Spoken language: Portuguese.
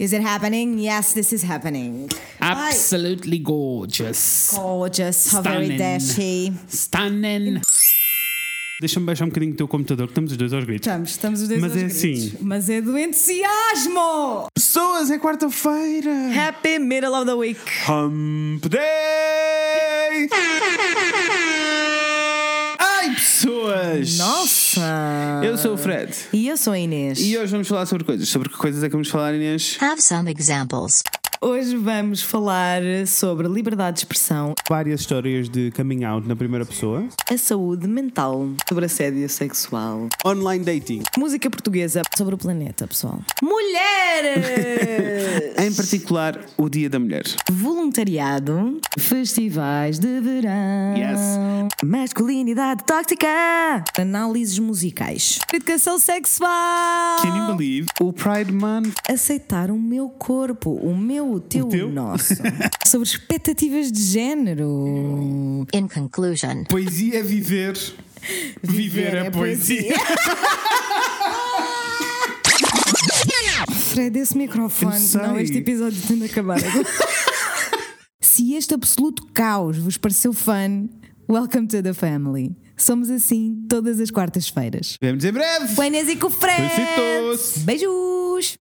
Is it happening? Yes, this is happening. Absolutely gorgeous. Gorgeous, how very Stunning. dashy. Stunning. Deixa-me baixar um bocadinho o teu computador, que estamos os dois aos gritos. Estamos, estamos os dois Mas aos é gritos. assim. Mas é do entusiasmo! Pessoas, é quarta-feira! Happy middle of the week. Hump Day! Ai, pessoas! Nossa! Eu sou o Fred. E eu sou a Inês. E hoje vamos falar sobre coisas. Sobre que coisas é que vamos falar, Inês? Have some examples. Hoje vamos falar sobre liberdade de expressão, Várias histórias de coming out na primeira pessoa. a saúde mental, sobre assédio sexual, Online dating. música portuguesa, sobre o planeta, pessoal. Mulheres! Em particular, o Dia da Mulher. Voluntariado, festivais de verão, Yes. masculinidade tóxica, análises musicais, educação sexual, Can you believe? O Pride Month. aceitar o meu corpo, o meu, o teu, o, teu? nosso, sobre expectativas de género, In conclusion, Poesia é viver. Viver é poesia. Fred, esse Eu microfone, sei. não, este episódio tem de acabar agora. Se este absoluto caos vos pareceu fun, welcome to the family. Somos assim todas as quartas-feiras. Vemos em breve. Buenas e com o Fred! Beijitos. Beijos!